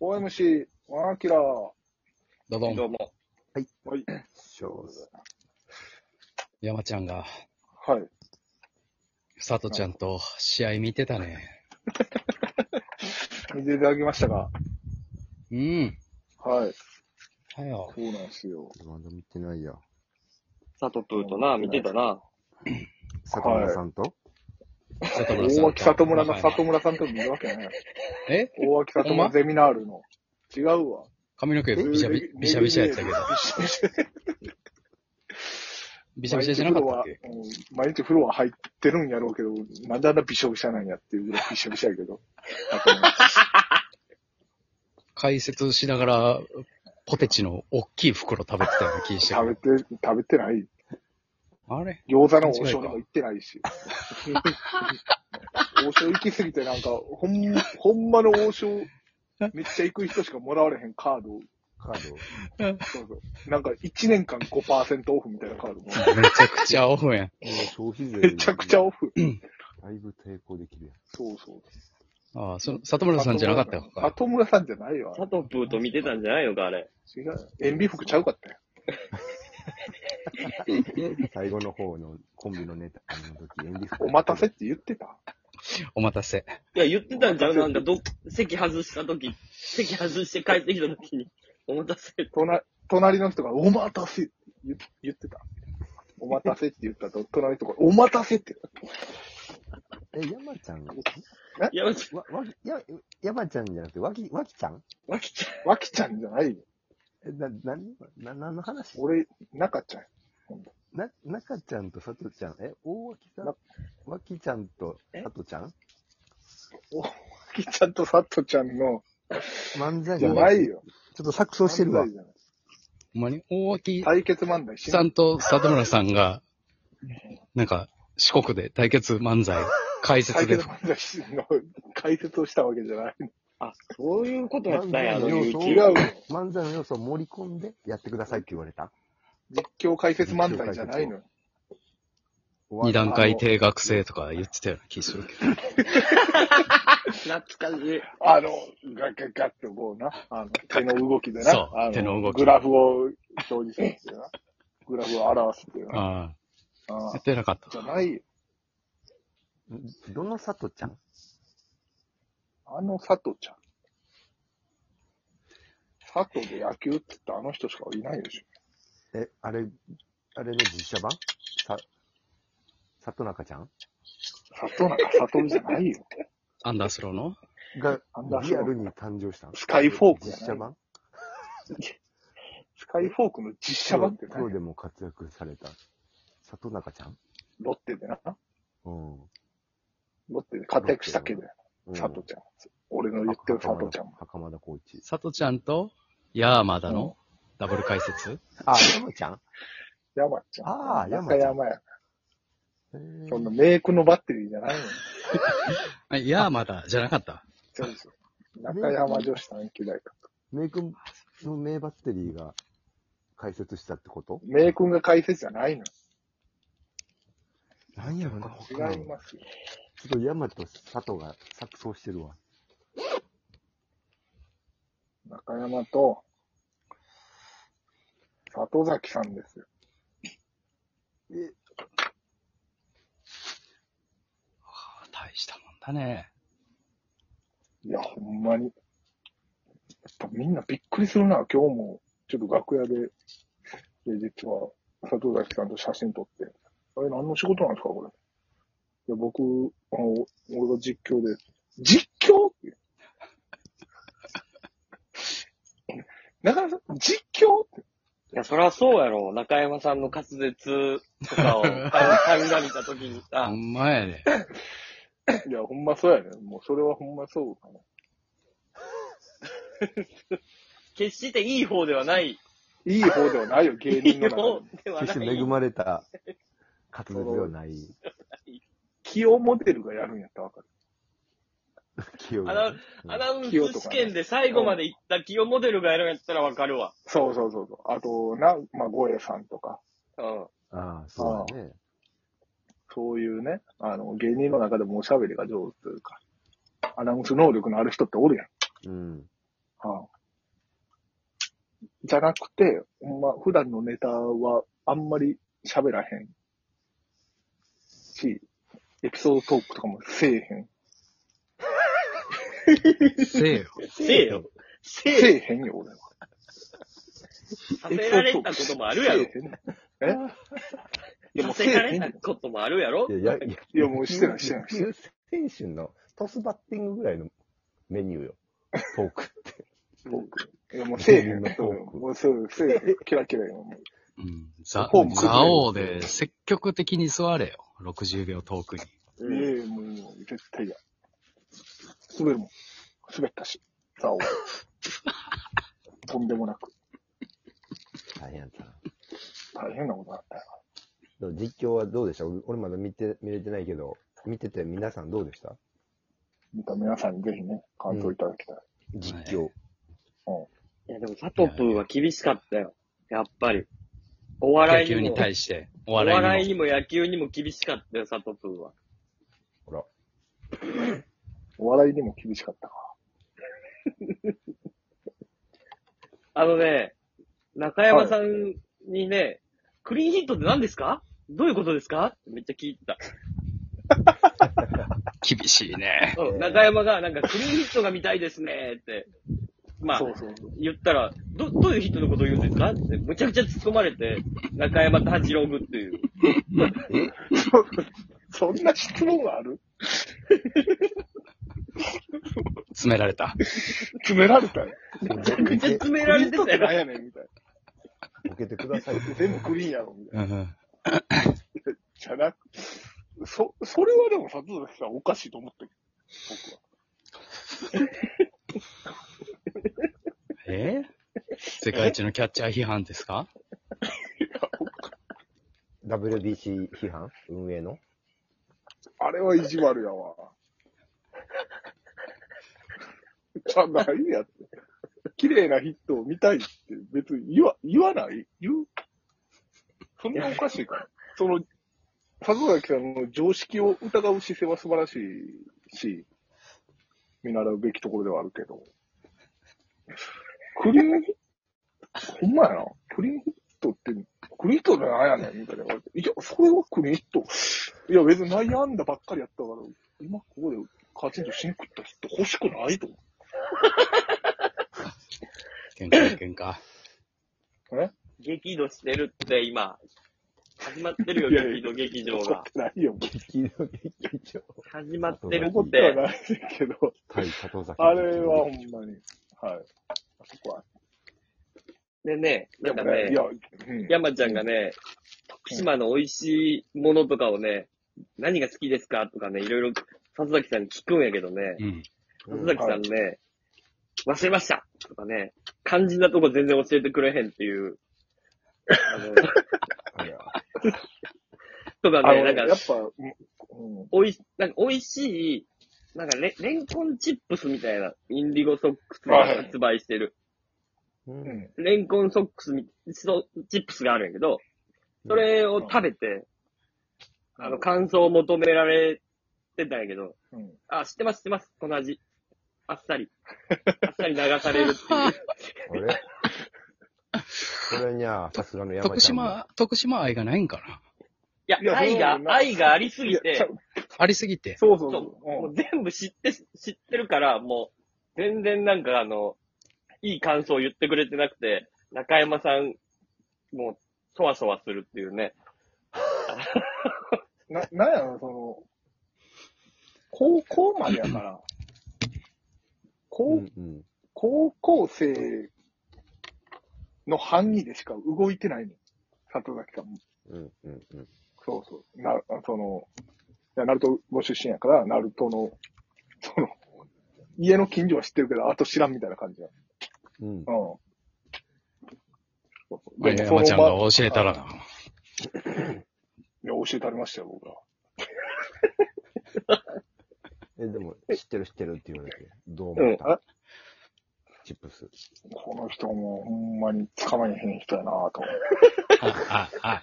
OMC、ワンアキラドドン、うも。はい。はい。ショーズ。山ちゃんが、はい。佐藤ちゃんと試合見てたね。見ていただきましたが。うん。はい。はよ。そうなんですよ。まだ見てないや。佐藤プーとな、見てたな。坂村さんと、里村さ大んと脇里村のはいはい里村さんと見るわけない。え大脇里村ゼミナールの。違うわ。髪の毛びしゃびびしゃびしゃやったけど。びしゃびしゃじゃなかったっけ毎日フロアうん毎日フロア入ってるんやろうけど、なんであんなびしょびしゃなんやっていうぐらいびしょびしゃやけど。解説しながら、ポテチの大きい袋食べてたような気して食べる。て、食べてない。あれ餃子の王将にも行ってない し。王将行き過ぎてなんか、ほん、ほんまの王将、めっちゃ行く人しかもらわれへんカードをカード。そうそう。なんか1年間5%オフみたいなカードも。めちゃくちゃオフやん。消費税。めちゃくちゃオフ。だいぶ抵抗できるやん。そうそう。ああ、その、里村さんじゃなかったのか。里村さんじゃないわ。佐藤プーと見てたんじゃないのか、あれ。違う。塩ビ服ちゃうかったよ。最後の方のコンビのネタの時、エンディングお待たせって言ってた。お待たせ。いや、言ってたんじゃん。なんか、ど、席外したとき、席外して帰ってきたときに、お待たせ。隣隣の人がお待たせって言言ってた。お待たせって言ったと、隣の人がお待たせってえ、山ちゃん山ちわ、わき、や、山ちゃんじゃなくて、わき、わきちゃんゃん、わきちゃん。言った。わきちゃんじゃないよ。え、な、なに、な、何の話俺、中ちゃん。な、中ちゃんと佐藤ちゃん、え、大脇さんなわきちゃんと佐藤ちゃんわきちゃんとさっとちゃんの、漫才じじゃゃなない。いちよ。ょっと錯綜してるわ漫才。じゃないほんまに大脇対決漫才しさんと里村さんが、なんか、四国で対決漫才、解説対で決。漫才しの解説をしたわけじゃない。あ、そういうことやったんや、あのなんで勇違気よが。うよ。漫才の要素を盛り込んでやってくださいって言われた。実況解説漫才じゃないのよ。二段階定額制とか言ってたような気するけど。懐かしい。あの、ガッガッガッってこうな、あの、手の動きでな、そうあ手の動きグラフを表示するっていうな。グラフを表すっていうな。あああ、やあってなかっじゃた。ないよ。んどの佐藤ちゃんあの佐藤ちゃん。佐藤で野球って言ったあの人しかいないでしょ。え、あれ、あれの実写版さ、里中ちゃん佐藤なんか佐藤じゃないよ。アンダースローのがアンダーソンリアルに誕生したのスカイフォークじゃない実写版スカイフォークの実写版ってプロ何でも活躍された里中ちゃんロッテでな。うん。ロッテで活躍したけど、うん佐藤ちゃん。俺の言ってる佐藤ちゃんも。袴田光一。佐藤ちゃんとヤーマダのダブル解説あ、山ちゃん山ちゃん。ああ山中ちゃん山や。へーそんなメイクのバッテリーじゃないのよ。あヤーマダじゃなかったそうですよ。中山女子短期大学。メイクの名バッテリーが解説したってこと名君が解説じゃないの。なんやろな、他の違いますよ。ちょっと山と佐藤が錯綜してるわ。中山と、里崎さんですよ。あ大したもんだね。いや、ほんまに。やっぱみんなびっくりするな、今日も。ちょっと楽屋で、で、実は、里崎さんと写真撮って。あれ、何の仕事なんですか、これ。いや、僕、あの、俺が実況で、実況って。中山さん、実況って。いや、そりゃそうやろ。中山さんの滑舌とかを、鑑みたときに、ほあ、んまやで。いや、ほんまそうやね。もう、それはほんまそうかな。決していい方ではない。いい方ではないよ、芸いい人の中方で。では決しなて恵い。まれた活動ではない。起用モデルがやるんやったらわかる。器用あなのアナウンス試験で最後まで行った企業モデルがやるんやったらわかるわ。そうそうそうそう。あと、な、まあ、ゴエさんとか、うん。ああ、そうだね。そういうね、あの、芸人の中でもおしゃべりが上手というか、アナウンス能力のある人っておるやん。うん。あじゃなくて、ほんま、普段のネタはあんまり喋らへんし、エピソードトークとかもせえへん。せえよ。せえよ。せえせよ。えへんよ、俺は。させられたこともあるや ろせ。えへん。えいや、もさうせえせらへれんよた。こともあるやろ。いや、いや、いいや、もうしてない、してない。してない優先進のトスバッティングぐらいのメニューよ。トークって。トークいや、もうせえへ自分んのトークもうそう、せえへん。キラキラやもううん。ザフォーム、崩れるザオーで積極的に座れよ。60秒遠くに。うんいやいや、もう、絶対や。滑るもん。滑ったし。さあ、俺とんでもなく。大変やったな。大変なことだったよ。でも実況はどうでした俺俺まだ見て、見れてないけど、見てて皆さんどうでした見た皆さんにぜひね、感想いただきたい。実況。いや、でも、佐藤くんは厳しかったよ。やっぱり。お笑野い球ににも、対して、おお笑笑いいににも。も野球にも厳しかったよ、佐藤くんは。ほら。お笑いにも厳しかったか。あのね、中山さんにね、クリーンヒットって何ですかどういうことですかってめっちゃ聞いてた。厳しいね。うん中山がなんかクリーンヒットが見たいですねって。まあ、そうそう そう。言ったら、ど、どういうヒットのことを言うんですかって、むちゃくちゃ突っ込まれて、中山と八郎君っていう。そんな質問がある詰められた。詰められたよ。めちゃくちゃ 詰められてクリーンとたってなんよ。やねんみたいボケてくだ さいってな。。全部クリーンやろ、みたいな。うん。じゃなく、そ、それはでも佐藤崎さんおかしいと思ってる。僕は。え世界一のキャッチャー批判ですか WBC 批判運営のあれは意地悪やわ。じゃないやって。綺麗なヒットを見たいって別に言わ、言わない言うそんなおかしいから。その、佐藤崎さんの常識を疑う姿勢は素晴らしいし、見習うべきところではあるけど。クリーンヒット、ほんまやな。クリーンヒットって、クリーンヒットってなんやねんみたいな。いや、それはクリーンヒット。いや、別に内野安打ばっかりやったから、今ここでカチンとしにくった人欲しくないと思喧嘩喧嘩。う。ね激怒してるって今。始まってるいやよ、いや激怒劇場怒っが。てないよ、激怒劇場。始まってる怒っってはて。ないけど、対佐藤崎。あれはほんまに。はい。あそこは。でね、なんかねい、や、うん、山ちゃんがね、徳島の美味しいものとかをね、何が好きですかとかね、いろいろ、里崎さんに聞くんやけどね、うん。うん里崎さんね、忘れましたとかね、肝心なとこ全然教えてくれへんっていう、あの、あれはと かあのね、なねんやかっ、ぱ、うんうん、おい、なんか美味しい、なんかレ、レンコンチップスみたいな、インディゴソックスが発売してる、うんうんレンコンソックスみ、ソチップスがあるんやけど、それを食べて、あの、感想を求められてたんやけど、うん。あ、知ってます、知ってます、この味。あっ さり。あっさり流されるっていう。あれこれにゃ、さすがの山 徳ちゃんも。島、徳島愛がないんかないや、いや愛そがう、な愛がありすぎいやちゃてう、ありすぎて。そうそうそそうう。もうんう全部知って、知ってるから、もう、全然なんかあの、いい感想を言ってくれてなくて、中山さん、もう、そわそわするっていうね。な、なんやろ、その、高校までやから、う高んうん。高校生の範囲でしか動いてないの。里崎さんも。うんうんうん。そうそう。な、その、いやナルトご出身やから、ナルトの、その、家の近所は知ってるけど、あと知らんみたいな感じや。うんう。ん。そうそういやでも山ちゃんがその場教えたらな。いや、教えてありましたよ、僕は。え、でも、知ってる知ってるって言われて、どう思っうんあたチップス。この人も、ほんまに捕まえへん人やなぁと思って。あ、あ、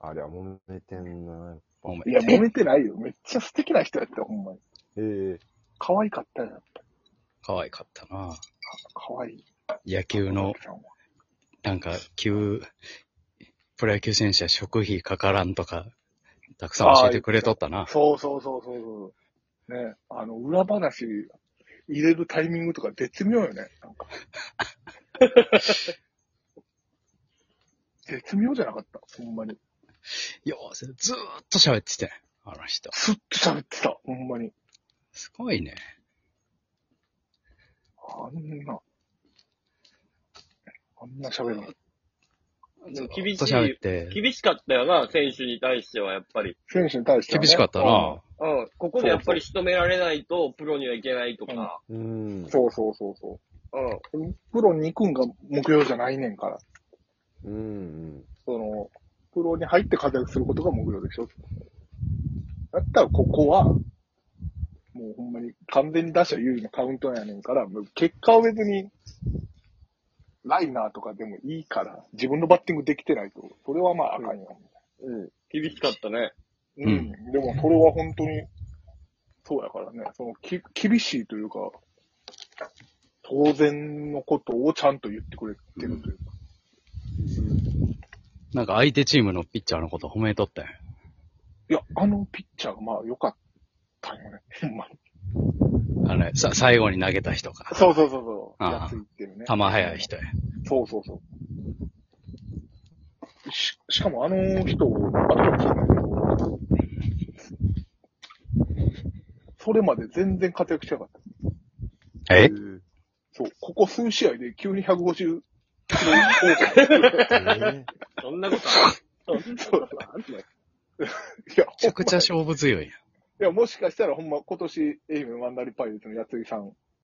あ、あれは揉めてんな。お前いや、揉めてないよ。めっちゃ素敵な人やったよ、ほんまに。ええ可愛かったよ。可愛かったな。かわいい。野球の、さんはなんか、急、プロ野球選手は食費かからんとか、たくさん教えてくれとったな。そうそうそうそうそう。ね、あの、裏話入れるタイミングとか絶妙よね。なんか絶妙じゃなかった、ほんまに。よーせ、ずーっと喋ってて、あの人。スッと喋ってた、ほんまに。すごいね。あんな。あんな喋るの。でも厳しずーっと喋っい、て、厳しかったよな、選手に対しては、やっぱり。選手に対しては、ね。厳しかったな。うん。ここでやっぱり仕留められないと、プロにはいけないとか。うんうん。。そうそうそうそう。うん。プロに行くんが目標じゃないねんから。うん。その、プロに入って活躍することが目標でしょ。だったらここは、もうほんまに完全に打者優位のカウントやねんから、もう結果は別に、ライナーとかでもいいから、自分のバッティングできてないと、それはまああかんよ。うん。厳しかったね。うん。でもそれは本当に、そうやからね、そのき、厳しいというか、当然のことをちゃんと言ってくれてるというか。なんか相手チームのピッチャーのこと褒めとったよ。いや、あのピッチャーがまあ良かったよね、ほんまに。あれ、さ、最後に投げた人か。そうそうそうそう。ああやついってるね。球速い。人や。そうそうそう。し、しかもあの人、あの人もそうなんだけど、それまで全然活躍してなかった。えそう、ここ数試合で急に150キロ以降えーそんなことある そんなことあるいや、めちゃくちゃ勝負強いやん。いや、もしかしたらほんま今年、愛媛マンダリパイレーツのやついさん